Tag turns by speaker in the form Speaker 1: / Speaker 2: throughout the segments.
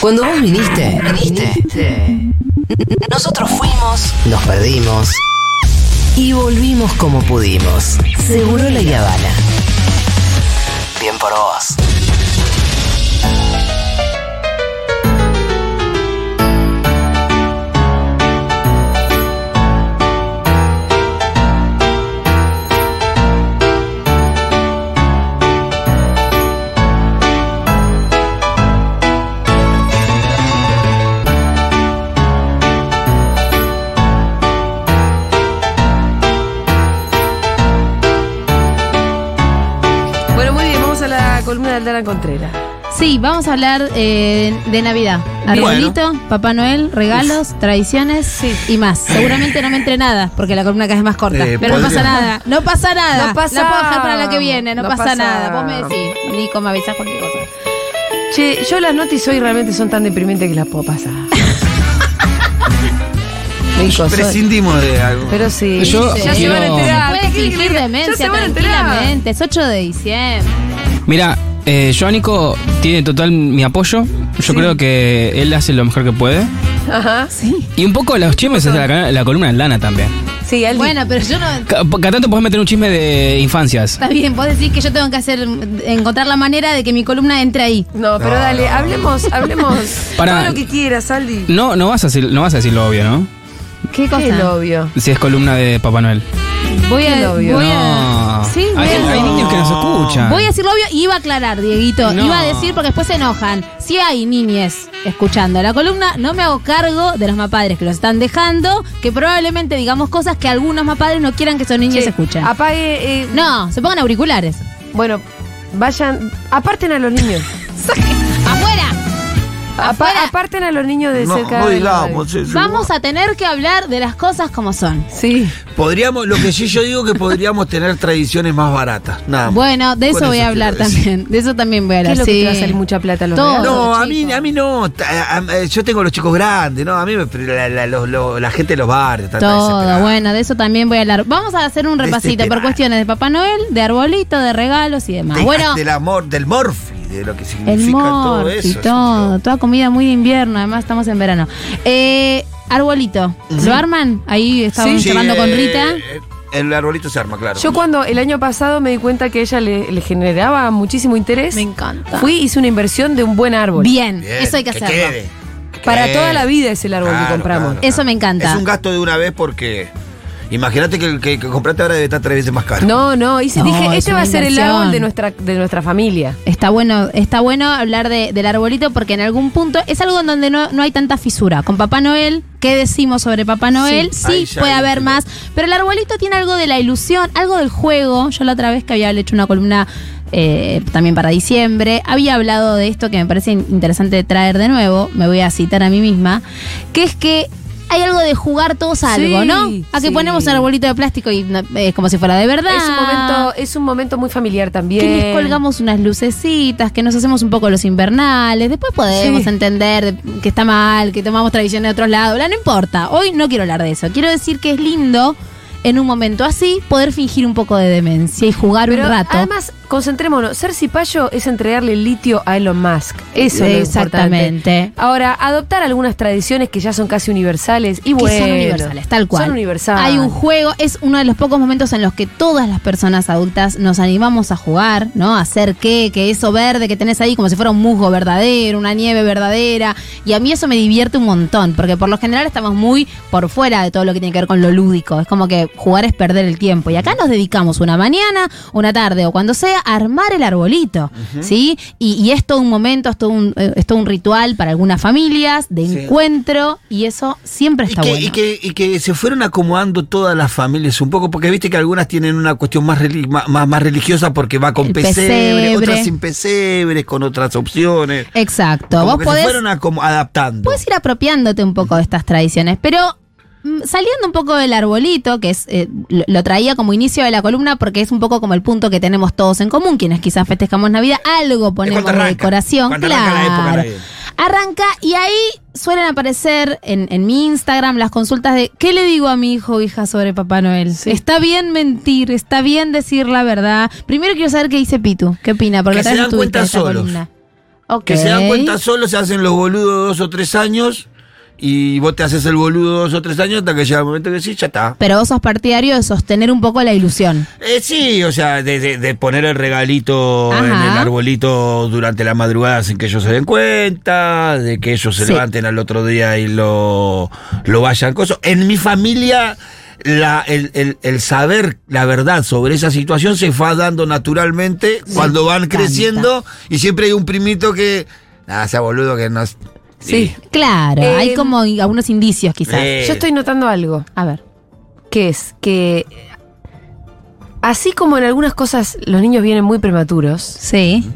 Speaker 1: Cuando vos viniste, viniste. Nosotros fuimos, nos perdimos y volvimos como pudimos. Seguro la Habana. Bien por vos.
Speaker 2: Bueno, muy bien, vamos a la columna de Aldana Contreras.
Speaker 3: Sí, vamos a hablar eh, de Navidad. Arbolito, Papá Noel, regalos, tradiciones y más. Seguramente no me entre nada, porque la columna acá es más corta.
Speaker 4: Eh,
Speaker 3: pero no pasa
Speaker 4: podría-
Speaker 3: nada, no pasa nada.
Speaker 2: No pasa.
Speaker 3: La puedo dejar para la que viene, no,
Speaker 2: No
Speaker 3: pasa,
Speaker 2: pasa.
Speaker 3: nada. Vos me decís, Nico, me avisás cualquier cosa.
Speaker 2: Che, yo las notis hoy realmente son tan deprimentes que las puedo pasar. Nico, soy-
Speaker 4: Prescindimos de algo.
Speaker 2: Pero sí.
Speaker 4: Yo
Speaker 2: ya se
Speaker 4: quiero-
Speaker 2: van a enterar.
Speaker 3: Puede
Speaker 2: ¿Qué quiere que
Speaker 3: fingir
Speaker 2: diga? Ya
Speaker 3: demencia
Speaker 2: se van a enterar.
Speaker 3: tranquilamente. Es 8 de diciembre.
Speaker 5: Mira, eh, yo a Nico tiene total mi apoyo. Yo creo que él hace lo mejor que puede.
Speaker 2: Ajá.
Speaker 5: Y un poco los chismes es la, cana- la columna en lana también.
Speaker 2: Sí, Aldi.
Speaker 3: Bueno, pero yo no.
Speaker 5: Ca- Cada tanto podés meter un chisme de infancias.
Speaker 3: Está bien, vos decís que yo tengo que hacer encontrar la manera de que mi columna entre ahí.
Speaker 2: No, pero dale, hablemos, hablemos.
Speaker 5: Pará.
Speaker 2: Todo lo que quieras, Aldi.
Speaker 5: No, no vas a decir, no vas a decir lo obvio, ¿no?
Speaker 3: ¿Qué cosa?
Speaker 2: Es el obvio.
Speaker 5: Si es columna de Papá Noel.
Speaker 3: Voy
Speaker 2: Qué
Speaker 3: a.
Speaker 2: novio.
Speaker 3: Voy
Speaker 5: No.
Speaker 3: a sí, voy
Speaker 5: hay,
Speaker 3: a-
Speaker 5: hay niños que nos
Speaker 4: Ah.
Speaker 5: escuchan.
Speaker 3: Voy a decirlo obvio y iba a aclarar, Dieguito.
Speaker 5: No.
Speaker 3: Iba a decir porque después se enojan. Si hay niñes escuchando la columna, no me hago cargo de los mapadres que los están dejando, que probablemente digamos cosas que algunos mapadres no quieran que esos niños
Speaker 2: Che,
Speaker 3: escuchen.
Speaker 2: Apague. eh,
Speaker 3: No, se pongan auriculares.
Speaker 2: Bueno, vayan. Aparten a los niños.
Speaker 3: ¡Afuera!
Speaker 2: Apa-
Speaker 3: Afuera.
Speaker 2: aparten a los niños de
Speaker 4: no,
Speaker 2: cerca.
Speaker 4: no
Speaker 2: de la
Speaker 4: digamos
Speaker 2: radio.
Speaker 4: eso.
Speaker 3: Vamos a tener que hablar de las cosas como son.
Speaker 2: Sí.
Speaker 4: Podríamos, lo que sí yo digo que podríamos tener tradiciones más baratas. Nada más.
Speaker 3: Bueno, de
Speaker 4: Con
Speaker 3: eso voy a
Speaker 4: quiero
Speaker 3: hablar
Speaker 4: decir.
Speaker 3: también. De eso también voy a
Speaker 2: ¿Qué
Speaker 3: hablar.
Speaker 2: es lo que
Speaker 3: sí.
Speaker 2: te va a salir mucha plata a los
Speaker 3: Todo.
Speaker 2: regalos?
Speaker 4: No, a
Speaker 3: chico.
Speaker 4: mí, a mí no. ta- a- a- eh, yo tengo los chicos grandes, ¿no? A mí me- la, la- los- los- la gente de los barrios está
Speaker 3: Todo,
Speaker 4: desesperada.
Speaker 3: bueno, de eso también voy a hablar. Vamos a hacer un repasito por
Speaker 4: Desesperada.
Speaker 3: cuestiones de Papá Noel, de arbolito, de regalos y demás.
Speaker 4: De-
Speaker 3: bueno,
Speaker 4: Del amor, del morfi, de lo que
Speaker 3: el
Speaker 4: significa todo
Speaker 3: morfi,
Speaker 4: eso.
Speaker 3: todo, toda comida muy de invierno, además estamos en verano. Eh, arbolito, ¿lo arman? Ahí estábamos
Speaker 4: Sí,
Speaker 3: charlando con
Speaker 4: eh,
Speaker 3: Rita.
Speaker 4: El arbolito se arma, claro.
Speaker 2: Yo cuando el año pasado me di cuenta que ella le, le generaba muchísimo interés,
Speaker 3: encanta.
Speaker 2: fui hice una inversión de un buen árbol.
Speaker 3: Bien,
Speaker 4: Bien,
Speaker 3: eso hay que, hacerlo.
Speaker 4: quede, que
Speaker 2: Para
Speaker 4: quede.
Speaker 2: toda la vida es el árbol que
Speaker 4: Claro,
Speaker 2: compramos.
Speaker 4: claro.
Speaker 3: Eso me encanta.
Speaker 4: Es un gasto de una vez porque. Imagínate que el que, que compraste ahora debe estar tres veces más caro.
Speaker 2: No, no, hice,
Speaker 3: No,
Speaker 2: dije,
Speaker 3: es
Speaker 2: este va
Speaker 3: una
Speaker 2: a ser el
Speaker 3: inversión.
Speaker 2: árbol de nuestra, de nuestra familia.
Speaker 3: Está bueno, está bueno hablar de- del arbolito porque en algún punto es algo en donde no, no hay tanta fisura. Con Papá Noel, ¿qué decimos sobre Papá Noel?
Speaker 4: Ahí
Speaker 3: Sí,
Speaker 4: ya
Speaker 3: puede
Speaker 4: hay
Speaker 3: haber
Speaker 4: un-
Speaker 3: más, pero el arbolito tiene algo de la ilusión, algo del juego. Yo la otra vez que había hecho una columna eh, también para diciembre, había hablado de esto que me parece in- interesante traer de nuevo, me voy a citar a mí misma, que es que... Hay algo de jugar todos a algo,
Speaker 2: Sí,
Speaker 3: ¿no? A que
Speaker 2: sí.
Speaker 3: ponemos un arbolito de plástico y no- es como si fuera de verdad.
Speaker 2: Es un momento, es un momento muy familiar también.
Speaker 3: Que les colgamos unas lucecitas, que nos hacemos un poco los invernales, después podemos
Speaker 2: Sí.
Speaker 3: entender que está mal, que tomamos tradiciones de otros lados, bla, no importa. Hoy no quiero hablar de eso. Quiero decir que es lindo, en un momento así, poder fingir un poco de demencia y jugar
Speaker 2: Pero
Speaker 3: un rato.
Speaker 2: además, concentrémonos, ser cipayo es entregarle el litio a Elon Musk. Eso es lo
Speaker 3: Exactamente.
Speaker 2: importante. Ahora, adoptar algunas tradiciones que ya son casi universales y
Speaker 3: que
Speaker 2: bueno.
Speaker 3: son universales, tal cual.
Speaker 2: Son universales.
Speaker 3: Hay un juego, es uno de los pocos momentos en los que todas las personas adultas nos animamos a jugar, ¿no? A hacer qué, que eso verde que tenés ahí como si fuera un musgo verdadero, una nieve verdadera. Y a mí eso me divierte un montón, porque por lo general estamos muy por fuera de todo lo que tiene que ver con lo lúdico. Es como que jugar es perder el tiempo. Y acá nos dedicamos una mañana, una tarde o cuando sea a armar el arbolito, ¿sí? Y, y es todo un momento, es todo un, eh, es todo un ritual para algunas familias de
Speaker 4: Sí.
Speaker 3: encuentro y eso siempre
Speaker 4: Y
Speaker 3: está
Speaker 4: que,
Speaker 3: bueno.
Speaker 4: y, que, y que se fueron acomodando todas las familias un poco, porque viste que algunas tienen una cuestión más, reli- más, más- más religiosa porque va con
Speaker 3: El
Speaker 4: pesebre,
Speaker 3: pesebre.
Speaker 4: otras sin pesebres, con otras opciones.
Speaker 3: Exacto.
Speaker 4: Como
Speaker 3: Vos
Speaker 4: que
Speaker 3: podés, Pues,
Speaker 4: se fueron acomo- adaptando.
Speaker 3: podés ir apropiándote un poco de estas tradiciones, pero mm, saliendo un poco del arbolito, que es eh, lo, lo traía como inicio de la columna porque es un poco como el punto que tenemos todos en común, quienes quizás festejamos Navidad, algo ponemos
Speaker 4: cuando
Speaker 3: de
Speaker 4: arranca,
Speaker 3: decoración.
Speaker 4: cuando
Speaker 3: claro.
Speaker 4: arranca la época navideña.
Speaker 3: Arranca y ahí suelen aparecer en, en mi Instagram las consultas de ¿qué le digo a mi hijo o hija sobre Papá Noel? Está bien mentir, está bien decir la verdad. Primero quiero saber qué dice Pitu, qué opina, porque
Speaker 4: Que
Speaker 3: tal
Speaker 4: se
Speaker 3: vez
Speaker 4: dan
Speaker 3: estuviste
Speaker 4: cuenta
Speaker 3: en esa
Speaker 4: solos.
Speaker 3: columna.
Speaker 4: Que se dan cuenta solo, se hacen los boludos dos o tres años y vos te haces el boludo dos o tres años hasta que llega el momento que sí, ya está.
Speaker 3: Pero vos sos partidario de sostener un poco la ilusión.
Speaker 4: Eh, sí, o sea, de, de- de poner el regalito
Speaker 3: Ajá.
Speaker 4: en el arbolito durante la madrugada sin que ellos se den cuenta, de que ellos se
Speaker 3: Sí.
Speaker 4: levanten al otro día y lo, lo vayan cosas. En mi familia. la- el, el- el saber la verdad sobre esa situación se va dando naturalmente cuando van
Speaker 3: encanta.
Speaker 4: creciendo y siempre hay un primito que, nada, sea boludo que no... es-".
Speaker 2: Sí.
Speaker 3: Claro,
Speaker 2: Eh,
Speaker 3: hay como algunos indicios quizás.
Speaker 4: Eh.
Speaker 2: Yo estoy notando algo.
Speaker 3: A ver.
Speaker 2: que es que así como en algunas cosas los niños vienen muy prematuros,
Speaker 3: Sí.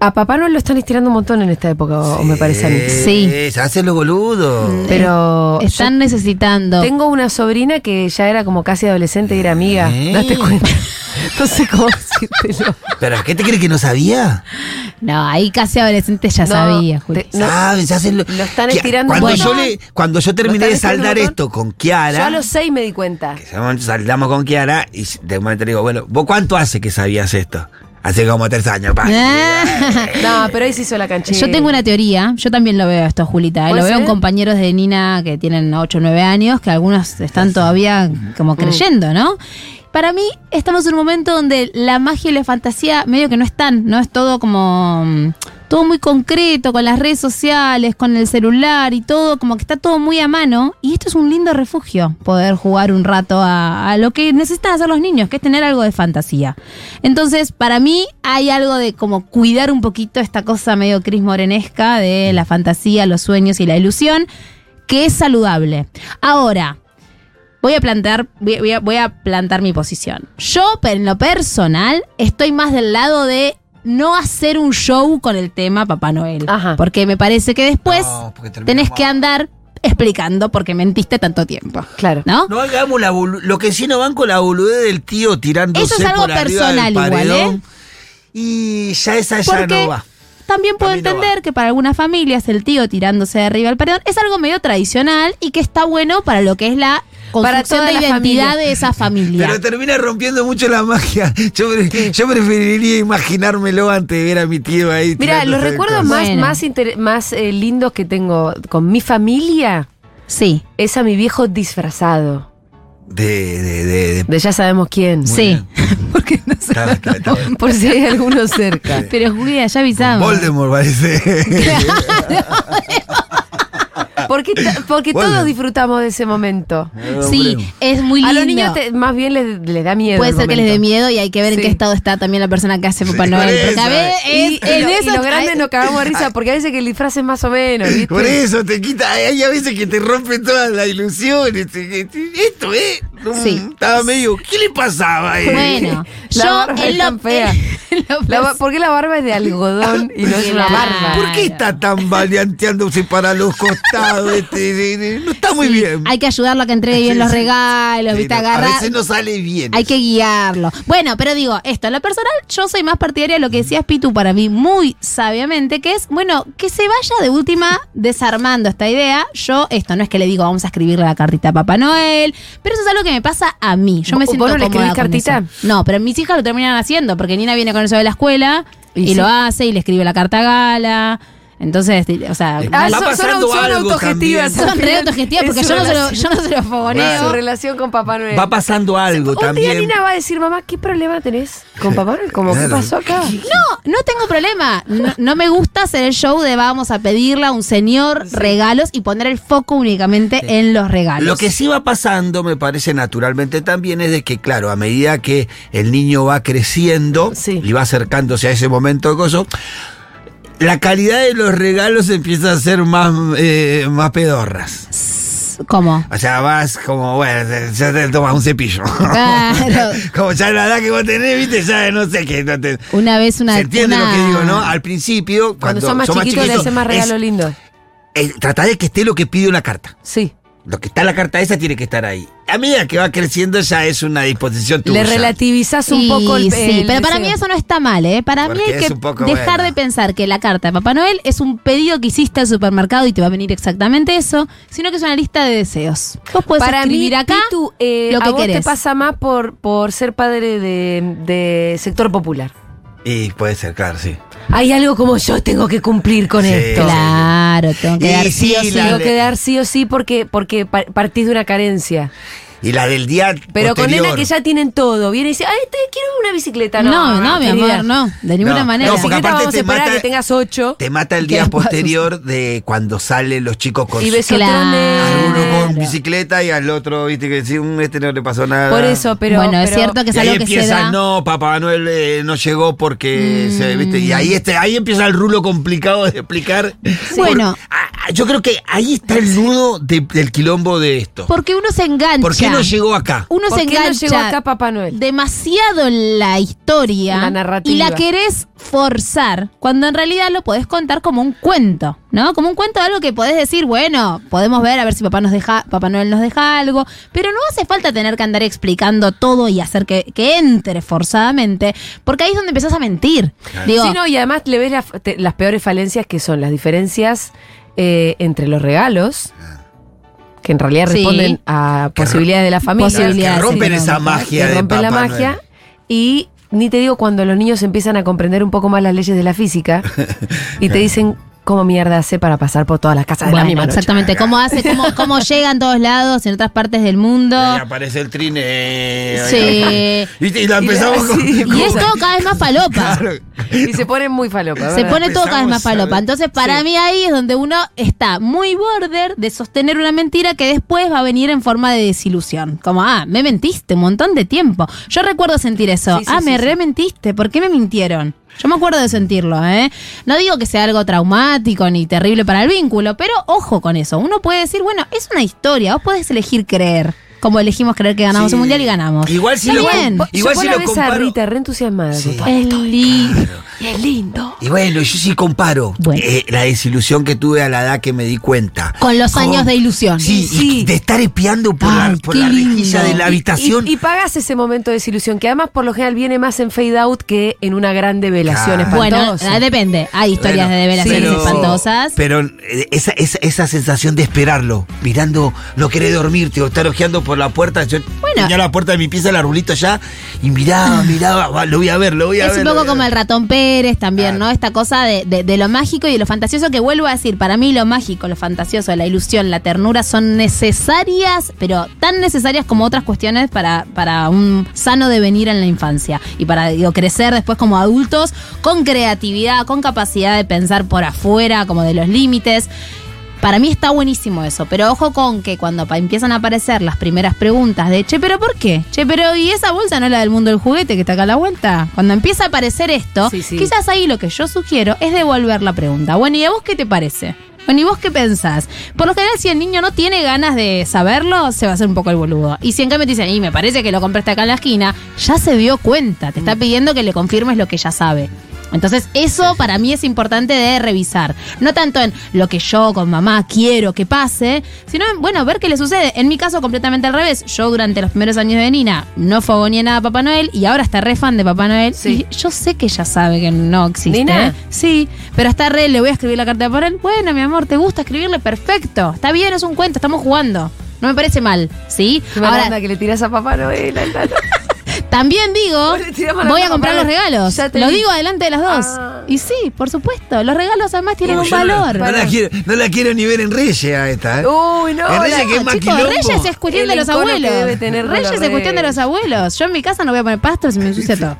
Speaker 2: a Papá Noel lo están estirando un montón en esta época, o- o me parece a mí. Mm.
Speaker 3: Sí.
Speaker 4: eh, Se hacen los boludos.
Speaker 2: Pero
Speaker 3: Están necesitando.
Speaker 2: Oh, yo tengo una sobrina que ya era como casi adolescente y era amiga.
Speaker 4: Eh.
Speaker 2: Date cuenta. No sé cómo decírtelo.
Speaker 4: ¿Pero qué te crees que no sabía?
Speaker 3: No, ahí casi adolescente ya
Speaker 2: No,
Speaker 3: sabía, Juli.
Speaker 2: te- no.
Speaker 4: Saben, se hacen lo,
Speaker 2: Lo están
Speaker 4: Que-
Speaker 2: estirando
Speaker 4: Cuando,
Speaker 3: un
Speaker 4: yo,
Speaker 2: montón.
Speaker 4: le- cuando yo terminé
Speaker 2: Lo
Speaker 4: de
Speaker 2: están
Speaker 4: saldar
Speaker 2: estirando
Speaker 4: esto con
Speaker 2: Yo
Speaker 4: Kiara,
Speaker 2: a los seis me di cuenta.
Speaker 4: que sal- saldamos con Kiara y de momento le digo, bueno, ¿vos cuánto hace que sabías esto? Hace como tres años, pa.
Speaker 3: Ah.
Speaker 2: No, pero ahí se hizo la canchita.
Speaker 3: Yo tengo una teoría, yo también lo veo esto, Julita. eh, Lo
Speaker 2: ¿Puede
Speaker 3: veo en
Speaker 2: ser?
Speaker 3: compañeros de Nina que tienen 8 o 9 años, que algunos están todavía como
Speaker 2: Mm.
Speaker 3: creyendo, ¿no? Para mí, estamos en un momento donde la magia y la fantasía medio que no están, ¿no? Es todo como. mm, Todo muy concreto, con las redes sociales, con el celular y todo, como que está todo muy a mano. Y esto es un lindo refugio, poder jugar un rato a, a lo que necesitan hacer los niños, que es tener algo de fantasía. Entonces, para mí hay algo de como cuidar un poquito esta cosa medio Cris Morenesca de la fantasía, los sueños y la ilusión, que es saludable. Ahora, voy a plantear, voy, voy a, voy a plantar mi posición. Yo, pe- en lo personal, estoy más del lado de no hacer un show con el tema Papá Noel.
Speaker 2: Ajá.
Speaker 3: Porque me parece que después
Speaker 4: No, porque termina
Speaker 3: tenés
Speaker 4: mal.
Speaker 3: que andar explicando por qué mentiste tanto tiempo.
Speaker 2: Claro.
Speaker 3: ¿No?
Speaker 4: No hagamos la bolu- lo que sí no van con la boludez del tío tirándose
Speaker 3: Eso es algo
Speaker 4: por arriba
Speaker 3: personal
Speaker 4: del
Speaker 3: igual,
Speaker 4: paredón.
Speaker 3: ¿eh?
Speaker 4: Y ya esa ya
Speaker 3: Porque
Speaker 4: no va.
Speaker 3: También puedo
Speaker 4: A mí no
Speaker 3: entender que para algunas familias el tío tirándose de arriba al paredón es algo medio tradicional y que está bueno para lo que es la
Speaker 2: Para
Speaker 3: construcción
Speaker 2: toda
Speaker 3: de
Speaker 2: la
Speaker 3: identidad
Speaker 2: familia.
Speaker 3: de esa familia.
Speaker 4: Pero termina rompiendo mucho la magia. Yo, pre- yo preferiría imaginármelo antes de ver a mi tío ahí.
Speaker 2: Mira,
Speaker 4: tirándose
Speaker 2: los
Speaker 4: de
Speaker 2: recuerdos
Speaker 4: cosas.
Speaker 2: más,
Speaker 3: Bueno.
Speaker 2: más, inter- más eh, lindos que tengo con mi familia
Speaker 3: Sí,
Speaker 2: es a mi viejo disfrazado.
Speaker 4: De, de, de, de-
Speaker 2: De ya sabemos quién.
Speaker 3: sí. Porque no sé.
Speaker 4: Está- está- está-
Speaker 2: Por si hay alguno cerca.
Speaker 3: Pero Julia, ya avisamos.
Speaker 4: Voldemort parece. ¿eh?
Speaker 2: Porque, to- porque
Speaker 4: Bueno.
Speaker 2: todos disfrutamos de ese momento.
Speaker 4: Ah,
Speaker 3: Sí, es muy
Speaker 2: A
Speaker 3: lindo.
Speaker 2: los niños te- más bien les, les da miedo.
Speaker 3: Puede
Speaker 2: el
Speaker 3: ser que les dé
Speaker 2: momento.
Speaker 3: miedo y hay que ver en
Speaker 2: Sí.
Speaker 3: qué estado está también la persona que hace Papá
Speaker 4: Sí,
Speaker 3: Noel.
Speaker 4: por
Speaker 3: Porque a
Speaker 4: eso.
Speaker 3: ver,
Speaker 2: Y,
Speaker 3: es- en
Speaker 2: y lo- y
Speaker 3: eso
Speaker 2: los grandes nos cagamos de risa porque a veces que el disfraz es más o menos. ¿viste?
Speaker 4: Por eso te quita, hay a veces que te rompe toda la ilusión. este, este, Esto, ¿eh? No,
Speaker 3: Sí.
Speaker 4: Estaba medio, ¿qué le pasaba a él?
Speaker 3: Bueno,
Speaker 2: La
Speaker 3: yo
Speaker 2: barba
Speaker 3: en
Speaker 2: es tan
Speaker 3: lo,
Speaker 2: fea.
Speaker 3: en lo
Speaker 2: La ba- ¿Por qué la barba es de algodón y no es una barba?
Speaker 4: ¿Por qué está tan varianteándose para los costados? este? no está muy bien.
Speaker 3: Hay que ayudarlo a que entregue bien
Speaker 4: Sí,
Speaker 3: los
Speaker 4: sí.
Speaker 3: regalos,
Speaker 4: Sí,
Speaker 3: ¿viste?
Speaker 4: no, a
Speaker 3: Agarrar-
Speaker 4: veces no sale bien.
Speaker 3: Hay que guiarlo. Bueno, pero digo, esto, en lo personal, yo soy más partidaria de lo que decías Pitu para mí muy sabiamente, que es, bueno, que se vaya de última desarmando esta idea. Yo, esto no es que le digo, vamos a escribirle la cartita a Papá Noel, pero eso es algo que me pasa a mí. Yo me
Speaker 2: ¿Vos
Speaker 3: siento
Speaker 2: no le
Speaker 3: cómoda
Speaker 2: escribís
Speaker 3: con
Speaker 2: cartita?
Speaker 3: eso. No, pero mis hijas lo terminan haciendo, porque Nina viene con eso de la escuela y,
Speaker 2: Y sí.
Speaker 3: lo hace y le escribe la carta a gala. Entonces, este, o sea,
Speaker 4: Es
Speaker 2: Ah, son,
Speaker 4: Va
Speaker 2: son,
Speaker 4: pasando
Speaker 2: son
Speaker 4: algo
Speaker 2: autogestivas.
Speaker 4: también.
Speaker 3: son re autogestivas
Speaker 2: Es
Speaker 3: porque
Speaker 2: su
Speaker 3: yo no, se lo,
Speaker 2: relación-
Speaker 3: yo no se lo fogoneo.
Speaker 2: es su relación con Papá Noel.
Speaker 4: Va pasando algo
Speaker 2: Un día
Speaker 4: también.
Speaker 2: Nina va a decir, mamá, ¿qué problema tenés con Papá Noel? Como, ¿qué
Speaker 4: Claro.
Speaker 2: pasó acá?
Speaker 3: No, no tengo problema. No, no me gusta hacer el show de vamos a pedirle a un señor regalos y poner el foco únicamente en los regalos.
Speaker 4: Lo que sí va pasando, me parece naturalmente también, es de que, claro, a medida que el niño va creciendo
Speaker 2: Sí.
Speaker 4: y va acercándose a ese momento de gozo, la calidad de los regalos empieza a ser más, eh, más pedorras.
Speaker 3: ¿Cómo?
Speaker 4: O sea, vas como, bueno, ya te tomas un cepillo.
Speaker 3: Claro.
Speaker 4: como ya la edad que vos tenés, viste, ya no sé qué. no te-
Speaker 3: Una vez una.
Speaker 4: Se entiende
Speaker 3: una-
Speaker 4: lo que digo, ¿no? Al principio, cuando,
Speaker 2: Cuando, son más chiquitos le hacen más regalo
Speaker 4: es-
Speaker 2: lindo.
Speaker 4: eh, tratá de que esté lo que pide la carta.
Speaker 2: Sí.
Speaker 4: Lo que está en la carta esa tiene que estar ahí. A medida que va creciendo ya es una disposición tuya.
Speaker 2: Le relativizás un
Speaker 3: Y
Speaker 2: poco el,
Speaker 3: sí,
Speaker 2: el
Speaker 3: pero para
Speaker 2: deseo.
Speaker 3: mí eso no está mal, ¿eh? Para mí
Speaker 4: Porque
Speaker 3: hay que
Speaker 4: es un poco
Speaker 3: dejar
Speaker 4: bueno.
Speaker 3: de pensar que la carta de Papá Noel es un pedido que hiciste al supermercado y te va a venir exactamente eso, sino que es una lista de deseos. Vos podés
Speaker 2: para mí,
Speaker 3: escribir acá
Speaker 2: Pitu, eh,
Speaker 3: lo que
Speaker 2: a vos te
Speaker 3: querés.
Speaker 2: pasa más por, por ser padre de, de sector popular.
Speaker 4: Y puede ser, claro, sí.
Speaker 2: hay algo como yo tengo que cumplir con
Speaker 4: Sí.
Speaker 2: esto.
Speaker 3: Claro, tengo que
Speaker 4: Y
Speaker 3: dar
Speaker 4: sí,
Speaker 3: sí o sí.
Speaker 4: la-
Speaker 2: Tengo que dar sí o sí porque, porque pa- partís de una carencia.
Speaker 4: Y la del día
Speaker 2: Pero
Speaker 4: posterior.
Speaker 2: con nena que ya tienen todo. Viene y dice, ay, te quiero una bicicleta. No,
Speaker 3: No, no, mi
Speaker 2: querida.
Speaker 3: amor, no. De ninguna
Speaker 4: No,
Speaker 3: manera.
Speaker 4: no,
Speaker 2: Así
Speaker 4: porque
Speaker 2: que te
Speaker 4: aparte
Speaker 2: vamos
Speaker 4: te
Speaker 2: a esperar a
Speaker 4: mata-
Speaker 2: que tengas ocho.
Speaker 4: Te mata el
Speaker 3: Que
Speaker 4: día
Speaker 3: la pases.
Speaker 4: posterior de cuando salen los chicos con
Speaker 2: Y
Speaker 4: su-
Speaker 2: besotones.
Speaker 4: Alguno con
Speaker 3: Claro.
Speaker 4: bicicleta y al otro, viste, que si un este no le pasó nada.
Speaker 2: Por eso, pero.
Speaker 3: bueno, es
Speaker 2: pero-
Speaker 3: cierto que es
Speaker 4: y ahí
Speaker 3: algo que se
Speaker 4: empieza,
Speaker 3: da.
Speaker 4: no, Papá Noel eh, no llegó porque se, ¿viste? Y ahí este, ahí empieza el rulo complicado de explicar.
Speaker 3: Bueno.
Speaker 4: Por- a- a- yo creo que ahí está el nudo de- del quilombo de esto. ¿Por,
Speaker 3: Porque uno se engancha.
Speaker 4: qué no llegó acá?
Speaker 3: Uno
Speaker 2: ¿Por
Speaker 3: se
Speaker 2: qué no
Speaker 3: engancha
Speaker 2: llegó acá Papá Noel?
Speaker 3: demasiado en la historia
Speaker 2: La narrativa.
Speaker 3: y la querés forzar cuando en realidad lo podés contar como un cuento, ¿no? Como un cuento de algo que podés decir, bueno, podemos ver a ver si papá nos deja, Papá Noel nos deja algo, pero no hace falta tener que andar explicando todo y hacer que, que entre forzadamente, porque ahí es donde empezás a mentir. Digo,
Speaker 2: Sí, no, y además le ves la- te- las peores falencias que son las diferencias eh, entre los regalos, que en realidad
Speaker 3: Sí.
Speaker 2: responden a posibilidades de la familia.
Speaker 3: Posibilidades.
Speaker 4: Que rompen
Speaker 3: sí,
Speaker 4: esa
Speaker 3: no,
Speaker 4: magia
Speaker 2: que
Speaker 4: de
Speaker 2: rompen la
Speaker 4: Papá Noel.
Speaker 2: magia. Y ni te digo cuando los niños empiezan a comprender un poco más las leyes de la física y te dicen cómo mierda hace para pasar por todas las casas de la
Speaker 3: bueno,
Speaker 2: misma noche.
Speaker 3: exactamente, cómo hace, cómo, cómo llega en todos lados, en otras partes del mundo.
Speaker 4: Y aparece el eh, trineo.
Speaker 3: Sí.
Speaker 4: Y, y la empezamos con.
Speaker 2: sí,
Speaker 3: Y es todo cada vez más falopa.
Speaker 4: Claro.
Speaker 2: Y se ponen muy falopa.
Speaker 3: Se
Speaker 2: ¿verdad?
Speaker 3: pone todo cada vez más
Speaker 4: Empezamos a ver.
Speaker 3: palopa. Entonces, para mí ahí es donde uno está muy border de sostener una mentira que después va a venir en forma de desilusión. Como, ah, me mentiste un montón de tiempo. Yo recuerdo sentir eso.
Speaker 2: Sí, sí,
Speaker 3: ah,
Speaker 2: sí,
Speaker 3: me
Speaker 2: sí.
Speaker 3: rementiste. ¿Por qué me mintieron? Yo me acuerdo de sentirlo, ¿eh? No digo que sea algo traumático ni terrible para el vínculo, pero ojo con eso. Uno puede decir, bueno, es una historia. Vos podés elegir creer. Como elegimos creer que ganamos
Speaker 4: Sí.
Speaker 3: un mundial y ganamos.
Speaker 4: Igual si
Speaker 3: Está
Speaker 4: lo com-
Speaker 3: bien.
Speaker 2: Po-
Speaker 4: Igual
Speaker 2: yo
Speaker 4: si
Speaker 2: vos la
Speaker 4: lo
Speaker 2: ves a
Speaker 4: comparo-
Speaker 2: Rita re entusiasmada.
Speaker 4: Sí.
Speaker 2: con todo
Speaker 3: Es
Speaker 2: esto.
Speaker 3: lindo.
Speaker 2: Y es lindo.
Speaker 4: Y bueno, yo sí comparo
Speaker 3: Bueno.
Speaker 4: eh, la desilusión que tuve a la edad que me di cuenta.
Speaker 3: Con los años de ilusión.
Speaker 4: Sí, y
Speaker 2: Sí.
Speaker 4: de estar espiando por
Speaker 3: Ay,
Speaker 4: la, por
Speaker 3: qué
Speaker 4: la
Speaker 3: lindo.
Speaker 4: rejilla de la habitación.
Speaker 2: Y, y pagas ese momento de desilusión, que además por lo general viene más en fade out que en una gran develación
Speaker 4: Claro.
Speaker 3: Bueno,
Speaker 2: espantosa.
Speaker 3: ah, depende. Hay historias
Speaker 4: Bueno,
Speaker 3: de develaciones
Speaker 4: pero-
Speaker 3: espantosas.
Speaker 4: Pero eh, esa, esa, esa sensación de esperarlo, mirando, no querer dormirte o estar ojeando por la puerta. Yo
Speaker 3: Bueno. Ah.
Speaker 4: tenía la puerta de mi pieza, el arbolito allá, y miraba, miraba, va, lo voy a ver, lo voy a
Speaker 3: es
Speaker 4: ver.
Speaker 3: un
Speaker 4: lo
Speaker 3: poco
Speaker 4: voy a
Speaker 3: como el
Speaker 4: ver.
Speaker 3: ratón Pérez también,
Speaker 4: Claro.
Speaker 3: ¿no? Esta cosa de, de- de lo mágico y de lo fantasioso que vuelvo a decir. Para mí lo mágico, lo fantasioso, la ilusión, la ternura son necesarias, pero tan necesarias como otras cuestiones para, para un sano devenir en la infancia y para digo, crecer después como adultos con creatividad, con capacidad de pensar por afuera, como de los límites. Para mí está buenísimo eso, pero ojo con que cuando pa- empiezan a aparecer las primeras preguntas de, che, pero ¿por qué? Che, pero ¿y esa bolsa no es la del mundo del juguete que está acá a la vuelta? Cuando empieza a aparecer esto,
Speaker 2: Sí, sí.
Speaker 3: quizás ahí lo que yo sugiero es devolver la pregunta. Bueno, ¿y a vos qué te parece? Bueno, ¿y vos qué pensás? Por lo general, si el niño no tiene ganas de saberlo, se va a hacer un poco el boludo. Y si en cambio te dicen, y me parece que lo compraste acá en la esquina, ya se dio cuenta, te está pidiendo que le confirmes lo que ya sabe. Entonces, eso para mí es importante de revisar. No tanto en lo que yo con mamá quiero que pase, sino en, bueno, ver qué le sucede. En mi caso, completamente al revés. Yo durante los primeros años de Nina no fogoneé nada a Papá Noel y ahora está re fan de Papá Noel.
Speaker 2: Sí.
Speaker 3: Y yo sé que ella sabe que no existe.
Speaker 2: ¿Nina?
Speaker 3: ¿eh? Sí, pero está re, le voy a escribir la carta de Papá Noel. Bueno, mi amor, ¿te gusta escribirle? Perfecto. Está bien, es un cuento, estamos jugando. No me parece mal, ¿sí?
Speaker 2: Qué mala
Speaker 3: Ahora,
Speaker 2: onda que le tirás a Papá Noel. al- al-
Speaker 3: también digo,
Speaker 2: Vos le tirás mala
Speaker 3: voy
Speaker 2: onda
Speaker 3: a comprar
Speaker 2: Papá
Speaker 3: los
Speaker 2: Noel.
Speaker 3: regalos.
Speaker 2: Ya te
Speaker 3: Lo
Speaker 2: vi.
Speaker 3: digo adelante de las dos.
Speaker 2: Ah.
Speaker 3: Y sí, por supuesto, los regalos además tienen
Speaker 4: Uy,
Speaker 3: un
Speaker 4: yo no la-
Speaker 3: valor.
Speaker 4: No, la quiero, no la quiero ni ver en Reyes a esta. ¿eh?
Speaker 2: Uy, no.
Speaker 4: En Reyes
Speaker 2: la-
Speaker 4: que es más
Speaker 3: Ah, Chicos,
Speaker 4: quilombo.
Speaker 3: Reyes es cuestión
Speaker 2: El
Speaker 3: de los
Speaker 2: encono que
Speaker 3: abuelos.
Speaker 2: debe tener con
Speaker 3: Reyes
Speaker 2: los
Speaker 3: es cuestión de los
Speaker 2: reyes.
Speaker 3: abuelos. Yo en mi casa no voy a poner pastos y me ensucia todo.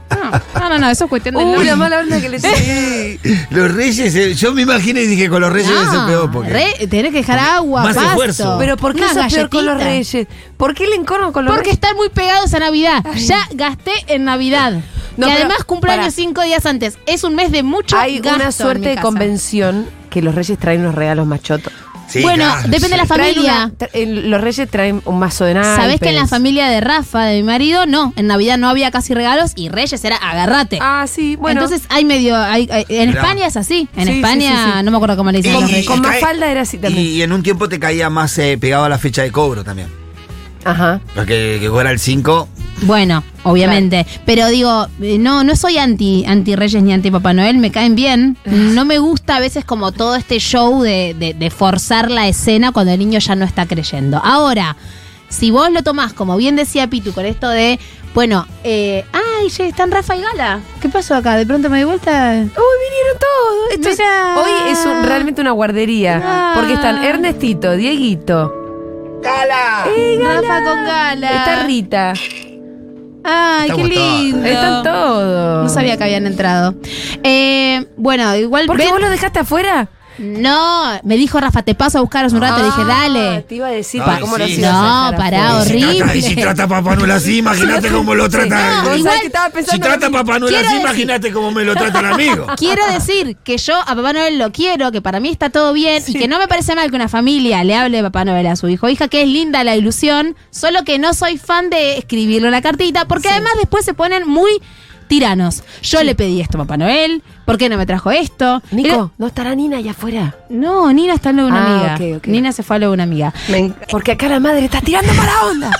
Speaker 3: No, no, no, no, eso es cuestión de
Speaker 2: Uy, la mala onda que le tirás.
Speaker 4: Sí, los Reyes, eh, yo me imagino y dije con los Reyes es peor porque.
Speaker 3: Ah, re- tenés que dejar agua,
Speaker 4: Más
Speaker 3: pasto.
Speaker 4: esfuerzo.
Speaker 2: Pero ¿por qué
Speaker 3: Unas
Speaker 2: eso es peor con los
Speaker 3: galletitas.
Speaker 2: reyes? ¿Por qué el encorno con los
Speaker 3: Porque
Speaker 2: reyes?
Speaker 3: están muy pegados a Navidad. Ya gasté en Navidad.
Speaker 2: No,
Speaker 3: y
Speaker 2: pero,
Speaker 3: además cumpleaños
Speaker 2: pará.
Speaker 3: cinco días antes. Es un mes de mucho
Speaker 2: Hay
Speaker 3: gasto
Speaker 2: una
Speaker 3: en mi
Speaker 2: suerte de
Speaker 3: casa.
Speaker 2: convención que los reyes traen unos regalos machotos.
Speaker 4: Sí,
Speaker 3: bueno,
Speaker 4: claro,
Speaker 3: depende
Speaker 4: sí.
Speaker 3: de la
Speaker 2: Traen
Speaker 3: familia.
Speaker 2: una- tra- eh, los reyes traen un mazo de nada.
Speaker 3: Sabés que en la familia de Rafa, de mi marido, no. En Navidad no había casi regalos y Reyes era agarrate.
Speaker 2: Ah, sí, bueno.
Speaker 3: Entonces hay medio. hay- hay- en
Speaker 4: Mirá.
Speaker 3: España es así. En
Speaker 2: Sí, sí,
Speaker 3: España,
Speaker 2: sí, sí.
Speaker 3: no me acuerdo cómo le dicen los
Speaker 2: con,
Speaker 3: Reyes.
Speaker 2: con
Speaker 4: y cae-
Speaker 2: Mafalda era así también.
Speaker 4: Y en un tiempo te caía más eh, pegado a la fecha de cobro también.
Speaker 2: Ajá.
Speaker 4: Porque que fuera el 5.
Speaker 3: Bueno, obviamente. Pero digo, eh, no, no soy anti, anti Reyes ni anti Papá Noel, me caen bien. No me gusta a veces como todo este show de, de- de forzar la escena cuando el niño ya no está creyendo. Ahora, si vos lo tomás, como bien decía Pitu, con esto de, bueno, eh, ay, ya están Rafa y Gala. ¿Qué pasó acá? De pronto me di vuelta.
Speaker 2: Uy, vinieron todos. Esto es-
Speaker 3: Mirá.
Speaker 2: hoy es un- realmente una guardería.
Speaker 3: Mirá.
Speaker 2: Porque están Ernestito, Dieguito, ¡Eh,
Speaker 4: ¡Cala!
Speaker 3: Rafa con Gala.
Speaker 2: está Rita.
Speaker 3: Ay, qué
Speaker 4: Estamos todos.
Speaker 3: lindo.
Speaker 2: Están todos.
Speaker 3: No sabía que habían entrado. Eh, bueno, igual.
Speaker 2: ¿Por qué
Speaker 3: ven-
Speaker 2: vos los dejaste afuera?
Speaker 3: No, me dijo Rafa, te paso a buscaros un rato. Le
Speaker 2: Ah.
Speaker 3: dije, dale.
Speaker 2: Te iba a decir,
Speaker 4: Ay,
Speaker 2: ¿cómo
Speaker 4: sí.
Speaker 2: los ibas a
Speaker 3: No,
Speaker 2: dejar
Speaker 3: pará,
Speaker 2: afuera?
Speaker 4: Y si trata- Y si
Speaker 3: Ah, horrible.
Speaker 4: trata a Papá Noel así, imagínate cómo lo trata.
Speaker 2: No,
Speaker 4: el-
Speaker 2: igual que estaba pensando
Speaker 4: si trata a
Speaker 2: lo mismo.
Speaker 4: Papá Noel
Speaker 3: Quiero
Speaker 4: así,
Speaker 3: decir-
Speaker 4: imagínate cómo me lo trata el amigo.
Speaker 3: Quiero decir que yo a Papá Noel lo quiero, que para mí está todo bien y que no me parece mal que una familia le hable de Papá Noel a su hijo o hija, que es linda la ilusión, solo que no soy fan de escribirle una cartita, porque además después se ponen muy tiranos. Yo le pedí esto a Papá Noel, ¿por qué no me trajo esto?
Speaker 2: Nico, no estará Nina allá afuera.
Speaker 3: Era- no, Nina está en lo de una
Speaker 2: Ah, ok,
Speaker 3: amiga.
Speaker 2: ok.
Speaker 3: Nina se fue a lo de una amiga.
Speaker 2: Porque acá la madre está tirando mala onda.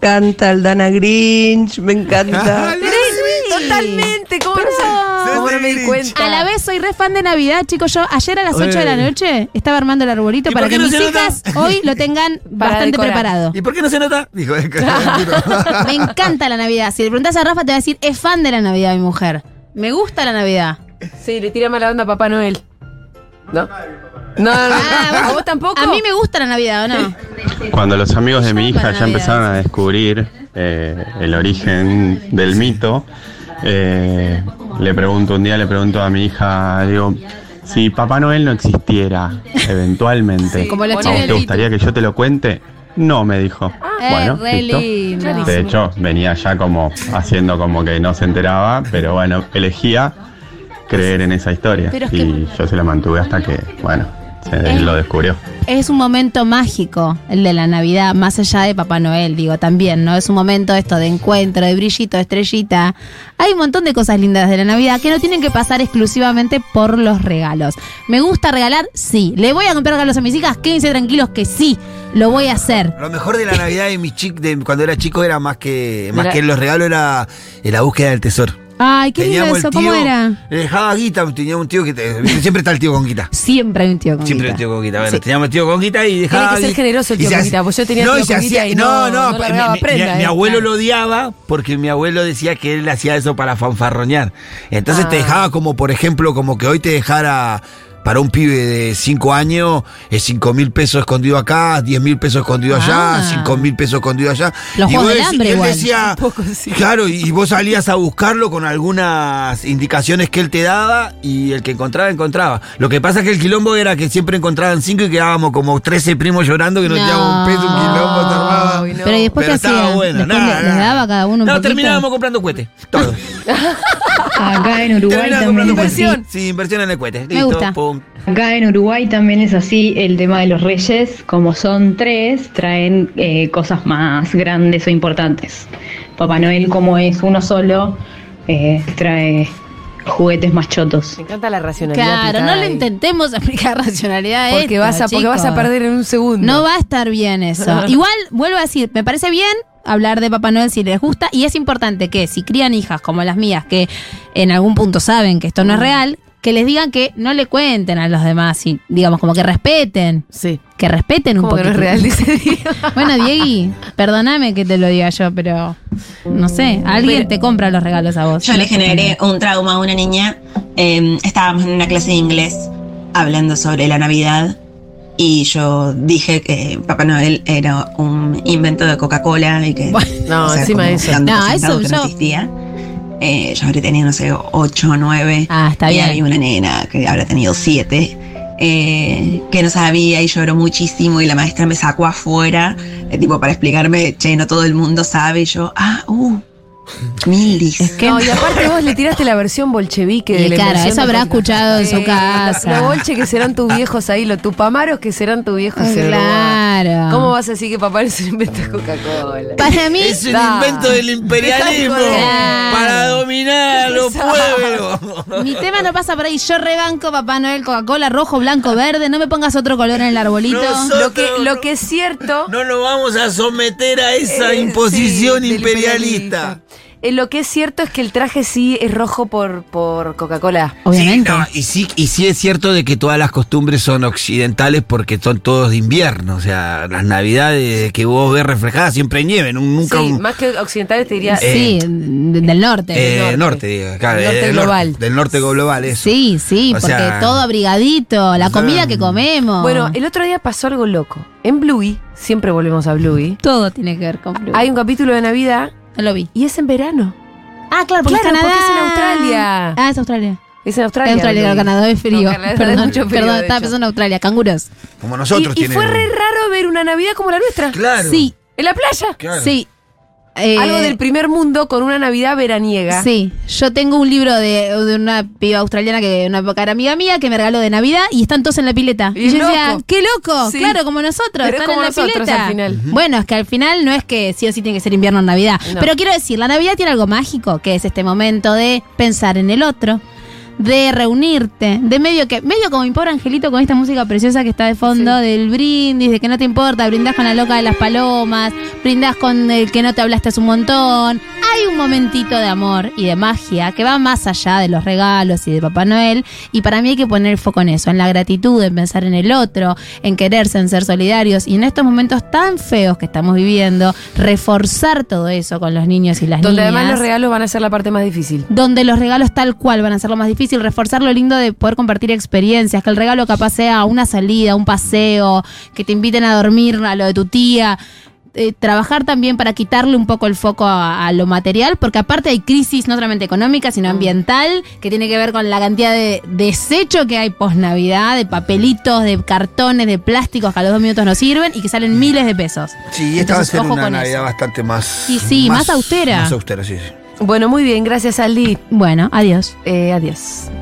Speaker 6: encanta Aldana Grinch, me encanta.
Speaker 2: Pero sí, totalmente. ¿Cómo, no, se- cómo no me di cuenta?
Speaker 3: A la vez soy re fan de Navidad, chicos. Yo ayer a las 8 de la
Speaker 4: Ey.
Speaker 3: noche estaba armando el arbolito
Speaker 4: ¿Y
Speaker 3: para
Speaker 4: por
Speaker 3: que
Speaker 4: qué no
Speaker 3: mis
Speaker 4: se
Speaker 3: hijas
Speaker 4: nota?
Speaker 3: hoy lo tengan bastante
Speaker 2: decorar.
Speaker 3: preparado.
Speaker 4: ¿Y por qué no se nota? Dijo, es que-
Speaker 3: Me encanta la Navidad. Si le preguntas a Rafa, te va a decir, es fan de la Navidad, mi mujer. Me gusta la Navidad.
Speaker 2: Sí, le tira mala onda a Papá Noel. ¿No? No, no, no.
Speaker 3: Ah,
Speaker 2: ¿A vos tampoco?
Speaker 3: A mí me gusta la Navidad, ¿o no?
Speaker 7: Cuando los amigos de mi
Speaker 3: Yo para
Speaker 7: hija ya
Speaker 3: Navidad.
Speaker 7: empezaron a descubrir eh, el origen del mito, eh, le pregunto un día, le pregunto a mi hija, digo, si Papá Noel no existiera eventualmente,
Speaker 3: Como la
Speaker 7: ¿a vos
Speaker 3: chica del
Speaker 7: ¿te
Speaker 3: mito.
Speaker 7: gustaría que yo te lo cuente? No, me dijo.
Speaker 3: Eh,
Speaker 7: bueno,
Speaker 3: re
Speaker 7: listo.
Speaker 3: lindo.
Speaker 7: De hecho, venía ya como haciendo como que no se enteraba, pero bueno, elegía creer en esa historia.
Speaker 3: Pero es
Speaker 7: Y yo se la mantuve hasta que, bueno, se
Speaker 3: Eh.
Speaker 7: lo descubrió.
Speaker 3: Es un momento mágico el de la Navidad, más allá de Papá Noel, digo, también, ¿no? Es un momento esto de encuentro, de brillito, de estrellita. Hay un montón de cosas lindas de la Navidad que no tienen que pasar exclusivamente por los regalos. ¿Me gusta regalar? Sí. ¿Le voy a comprar regalos a mis hijas? Quédense tranquilos que sí, lo voy a hacer.
Speaker 4: Lo mejor de la Navidad de mi chic, de cuando era chico era más que más
Speaker 2: Era-
Speaker 4: que los regalos era eh, la búsqueda del tesoro.
Speaker 3: Ay, qué lindo eso, ¿cómo era?
Speaker 4: Le Eh, dejaba guita, tenía un tío que te- siempre está el tío con guita.
Speaker 3: Siempre hay un tío con
Speaker 4: Siempre el
Speaker 3: guita.
Speaker 4: tío con guita. Bueno, teníamos el tío con guita y
Speaker 2: Tiene que
Speaker 4: dejaba.
Speaker 2: ser
Speaker 4: guita.
Speaker 2: generoso el
Speaker 4: Y
Speaker 2: tío
Speaker 4: se
Speaker 2: con
Speaker 4: hace-
Speaker 2: guita, porque yo tenía tío
Speaker 4: se
Speaker 2: con guita y no- no
Speaker 4: pa-
Speaker 2: largaba
Speaker 4: mi, mi-
Speaker 2: prenda,
Speaker 4: mi- mi
Speaker 2: eh.
Speaker 4: abuelo
Speaker 2: Claro.
Speaker 4: lo odiaba porque mi abuelo decía que él hacía eso para fanfarronear. Entonces te
Speaker 2: Ah.
Speaker 4: dejaba como, por ejemplo, como que hoy te dejara. Para un pibe de 5 años, 5 mil pesos escondido acá, 10 mil pesos escondido
Speaker 3: Ah.
Speaker 4: allá, 5 mil pesos escondido allá.
Speaker 3: Los
Speaker 4: y
Speaker 3: Juegos
Speaker 4: vos
Speaker 3: del
Speaker 4: decí-
Speaker 3: Hambre
Speaker 4: él
Speaker 3: igual.
Speaker 4: decía, claro, y y vos salías a buscarlo con algunas indicaciones que él te daba y el que encontraba, encontraba. Lo que pasa es que el quilombo era que siempre encontraban cinco y quedábamos como 13 primos llorando que no, teníamos un peso, un quilombo, se armaba.
Speaker 2: Uy, no.
Speaker 3: Pero ¿y después
Speaker 4: Pero
Speaker 3: qué
Speaker 4: estaba
Speaker 3: hacían?
Speaker 4: bueno,
Speaker 3: Después
Speaker 4: nada,
Speaker 3: le- les
Speaker 4: nada.
Speaker 3: daba cada uno un
Speaker 4: No,
Speaker 3: poquito.
Speaker 4: terminábamos comprando cohetes, todos.
Speaker 8: Acá en Uruguay
Speaker 4: terminábamos
Speaker 8: también
Speaker 4: comprando
Speaker 8: es así.
Speaker 4: cohetes. Sí, inversión en el cohete. Listo,
Speaker 3: gusta.
Speaker 4: pum.
Speaker 8: Acá en Uruguay también es así el tema de los reyes. Como son tres, traen eh, cosas más grandes o importantes. Papá Noel, como es uno solo, eh, trae juguetes más chotos.
Speaker 2: Me encanta la racionalidad.
Speaker 3: Claro,
Speaker 2: aplicada
Speaker 3: no le
Speaker 2: ahí.
Speaker 3: intentemos aplicar racionalidad a
Speaker 2: Porque,
Speaker 3: esto,
Speaker 2: vas a, porque vas a
Speaker 3: chicos.
Speaker 2: perder en un segundo.
Speaker 3: No va a estar bien eso. Igual, vuelvo a decir, me parece bien hablar de Papá Noel si les gusta y es importante que si crían hijas como las mías que en algún punto saben que esto no es
Speaker 2: Mm.
Speaker 3: real, que les digan que no le cuenten a los demás y digamos como que respeten,
Speaker 2: Sí.
Speaker 3: que respeten un
Speaker 2: Como que
Speaker 3: poquito.
Speaker 2: no es real, dice Diego.
Speaker 3: Bueno, Diegui, perdóname que te lo diga yo, pero no sé, alguien te compra los regalos a vos.
Speaker 9: Yo le generé un trauma a una niña. Eh, estábamos en una clase de inglés hablando sobre la Navidad y yo dije que Papá Noel era un invento de Coca-Cola y que...
Speaker 2: No, encima
Speaker 9: como
Speaker 2: de eso.
Speaker 9: dando por
Speaker 3: No,
Speaker 9: sentado
Speaker 3: eso
Speaker 9: que no
Speaker 3: yo-
Speaker 9: existía. Eh, yo habré tenido, no sé, 8 o 9.
Speaker 3: Ah, está
Speaker 9: Y
Speaker 3: bien.
Speaker 9: había una nena que habrá tenido 7. que no sabía y lloró muchísimo y la maestra me sacó afuera, eh, tipo para explicarme, che, no todo el mundo sabe, y yo, ah, uh, Mildis.
Speaker 2: No, y aparte vos le tiraste la versión bolchevique de
Speaker 3: Y
Speaker 2: la
Speaker 3: claro,
Speaker 2: emoción
Speaker 3: eso
Speaker 2: de
Speaker 3: habrá
Speaker 2: tu-
Speaker 3: escuchado en su
Speaker 2: Eh,
Speaker 3: casa.
Speaker 2: Los bolche que serán tus viejos ahí, los tupamaros que serán tus viejos. en Uruguay.
Speaker 3: Claro.
Speaker 2: ¿Cómo vas a decir que papá es un invento de Coca-Cola?
Speaker 3: Para mí
Speaker 4: Es un
Speaker 2: Da.
Speaker 4: invento del imperialismo
Speaker 2: Deja de
Speaker 3: joder.
Speaker 4: para dominar a los pueblos.
Speaker 3: Mi tema no pasa por ahí. Yo rebanco Papá Noel, Coca-Cola, rojo, blanco, verde. No me pongas otro color en el arbolito.
Speaker 4: No soy-
Speaker 2: Lo que, lo que es cierto.
Speaker 4: No nos vamos a someter a esa
Speaker 2: Eh,
Speaker 4: imposición
Speaker 2: sí, del
Speaker 4: imperialista.
Speaker 2: imperialista. eh, lo que es cierto es que el traje sí es rojo por, por Coca-Cola.
Speaker 3: Obviamente.
Speaker 4: Sí, no, y, sí, y sí es cierto de que todas las costumbres son occidentales porque son todos de invierno. O sea, las navidades que vos ves reflejadas siempre hay nieve. nun- Nunca
Speaker 2: Sí,
Speaker 4: un,
Speaker 2: más que occidentales te diría.
Speaker 3: sí, de- del norte.
Speaker 4: eh, norte,
Speaker 2: norte.
Speaker 4: diga, claro,
Speaker 2: Del norte
Speaker 4: del
Speaker 2: global.
Speaker 4: del norte global, eso.
Speaker 3: Sí, sí,
Speaker 4: O
Speaker 3: porque
Speaker 4: sea,
Speaker 3: todo abrigadito, la
Speaker 4: o sea,
Speaker 3: comida que comemos.
Speaker 2: Bueno, eh, el otro día pasó algo loco. En Bluey, siempre volvemos a Bluey.
Speaker 3: todo tiene que ver con Blue.
Speaker 2: Hay un capítulo de Navidad
Speaker 3: No lo vi.
Speaker 2: y es en verano.
Speaker 3: Ah, claro, porque
Speaker 2: Claro,
Speaker 3: es Canadá.
Speaker 2: porque es en Australia.
Speaker 3: Ah, es Australia.
Speaker 2: Es en
Speaker 3: Es
Speaker 2: Australia.
Speaker 3: Australia,
Speaker 2: Bluey.
Speaker 3: claro, Canadá es frío.
Speaker 2: No, Canadá es
Speaker 3: perdón,
Speaker 2: mucho frío,
Speaker 3: perdón,
Speaker 2: de
Speaker 3: estaba
Speaker 2: hecho.
Speaker 3: pensando en Australia, canguros.
Speaker 4: Como nosotros
Speaker 2: Y, y
Speaker 4: tienen.
Speaker 2: fue re raro ver una Navidad como la nuestra.
Speaker 4: Claro.
Speaker 3: Sí,
Speaker 2: En la playa.
Speaker 4: claro.
Speaker 3: sí. Eh,
Speaker 2: Algo del primer mundo con una Navidad veraniega.
Speaker 3: Sí, yo tengo un libro de, de una piba australiana que en una época era amiga mía que me regaló de Navidad y están todos en la pileta.
Speaker 2: Y
Speaker 3: Y,
Speaker 2: es
Speaker 3: yo
Speaker 2: loco.
Speaker 3: decía, qué loco,
Speaker 2: Sí.
Speaker 3: claro, como nosotros,
Speaker 2: Pero es
Speaker 3: están
Speaker 2: como
Speaker 3: en la
Speaker 2: nosotros
Speaker 3: pileta.
Speaker 2: al final. Ujú.
Speaker 3: Bueno, es que al final no es que sí o sí tiene que ser invierno o Navidad.
Speaker 2: No.
Speaker 3: Pero quiero decir, la Navidad tiene algo mágico, que es este momento de pensar en el otro. De reunirte, de medio que, medio como mi pobre angelito con esta música preciosa que está de fondo, del brindis, de que no te importa, brindás con la loca de las palomas, brindás con el que no te hablaste hace un montón, hay un momentito de amor y de magia que va más allá de los regalos y de Papá Noel. Y para mí hay que poner el foco en eso, en la gratitud, en pensar en el otro, en quererse, en ser solidarios. Y en estos momentos tan feos que estamos viviendo, reforzar todo eso con los niños y las
Speaker 2: Donde
Speaker 3: niñas.
Speaker 2: además los regalos van a ser la parte más difícil.
Speaker 3: donde los regalos tal cual van a ser lo más difícil, reforzar lo lindo de poder compartir experiencias, que el regalo capaz sea una salida, un paseo, que te inviten a dormir a lo de tu tía. Eh, trabajar también para quitarle un poco el foco a, a lo material, porque aparte hay crisis no solamente económica, sino
Speaker 4: Mm.
Speaker 3: ambiental, que tiene que ver con la cantidad de desecho que hay post-Navidad, de papelitos, de cartones, de plásticos que a los dos minutos no sirven y que salen miles de pesos.
Speaker 4: Sí, esta
Speaker 3: Entonces,
Speaker 4: va a ser
Speaker 3: ojo
Speaker 4: una
Speaker 3: con
Speaker 4: Navidad
Speaker 3: eso.
Speaker 4: bastante más.
Speaker 3: Y sí, más austera.
Speaker 4: Más austera, sí. sí.
Speaker 2: Bueno, muy bien, gracias Aldi.
Speaker 3: Bueno, adiós.
Speaker 2: Eh, adiós.